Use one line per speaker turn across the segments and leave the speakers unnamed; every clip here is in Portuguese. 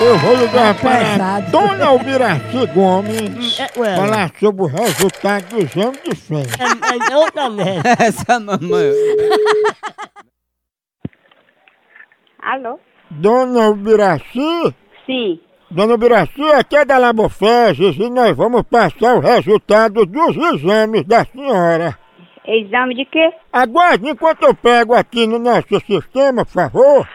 eu vou ligar para
Engraçado.
Dona Almiraci Gomes
É, ué.
falar sobre o resultado do exame de sangue.
É, é outra merda.
Essa mamãe.
Alô?
Dona Almiraci,
Sim.
Dona Almiraci, aqui é da Labofeses e nós vamos passar o resultado dos exames da senhora.
Exame de quê?
Aguarde enquanto eu pego aqui no nosso sistema, por favor.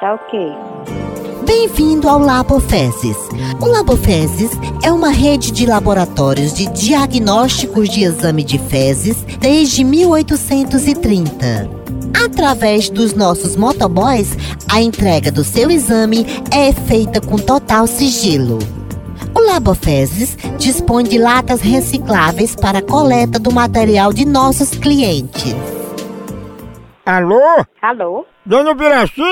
Tá ok.
Bem-vindo ao Labofeses. O Labofeses é uma rede de laboratórios de diagnósticos de exame de fezes desde 1830. Através dos nossos motoboys, a entrega do seu exame é feita com total sigilo. O Labofeses dispõe de latas recicláveis para a coleta do material de nossos clientes.
Alô?
Alô?
Dona Almiraci,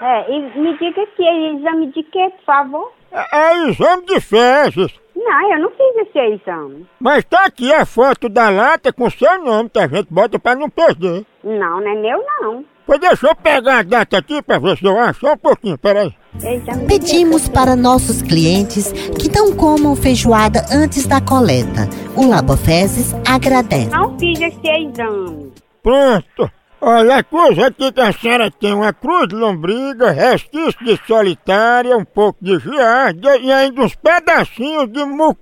É, e me diga que é exame de quê, por favor?
é, é exame de fezes.
Não, eu não fiz esse exame.
Mas tá aqui a foto da lata com seu nome, tá? A gente bota pra não perder.
Não, não é meu, não.
Pois deixa eu pegar a data aqui pra ver se eu acho. Só um pouquinho, peraí.
É Exame de quê?
Pedimos para nossos clientes que não comam feijoada antes da coleta. O Labofezes agradece.
Não fiz esse exame.
Pronto. Olha, a cruz aqui que a senhora tem uma cruz de lombriga, resquício de solitária, um pouco de giardia e ainda uns pedacinhos de mu...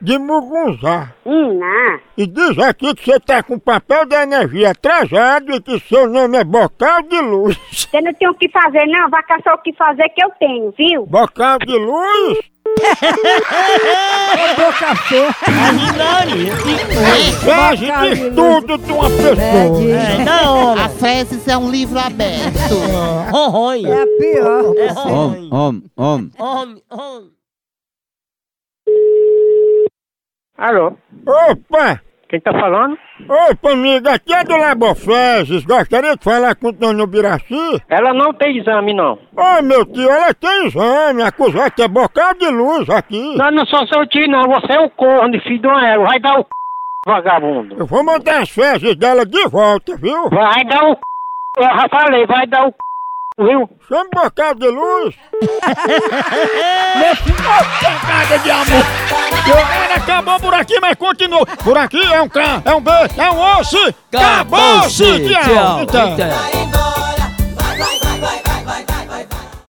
de mugunzá.
Hum, não.
E diz aqui que você tá com o papel da energia atrasado e que seu nome é Bocal de Luz.
Você não tem o que fazer, não. Vai caçar o que fazer que eu tenho, viu?
Bocal de Luz?
Imaginaria.
Fez de
de
estudo de uma pessoa.
Pede.
É, da hora.
Fezes é um livro aberto.
Honroi.
É a pior.
É
Homem,
honroi.
homem, homem.
Homem, homem.
Alô,
Opa!
quem tá falando?
Opa, amiga, aqui é do Labofezes. Gostaria de falar com o Dona Ubiraci?
Ela não tem exame, não.
Ô, meu tio, ela tem exame, acusar que é bocal de luz aqui.
Não, não sou seu tio, não. Você é o corno, filho de uma égua. Vai dar o c... vagabundo.
Eu vou mandar as fezes dela de volta, viu?
Vai dar o c... Eu já falei, vai dar o c... Viu?
Chama o bocal de luz. Pegada de amor. Galera, acabou por aqui, mas continuou. Por aqui é um K, é um B, é um osso.
Acabou-se.
Acabou-se. Tchau.
Tchau.
Então.
Então.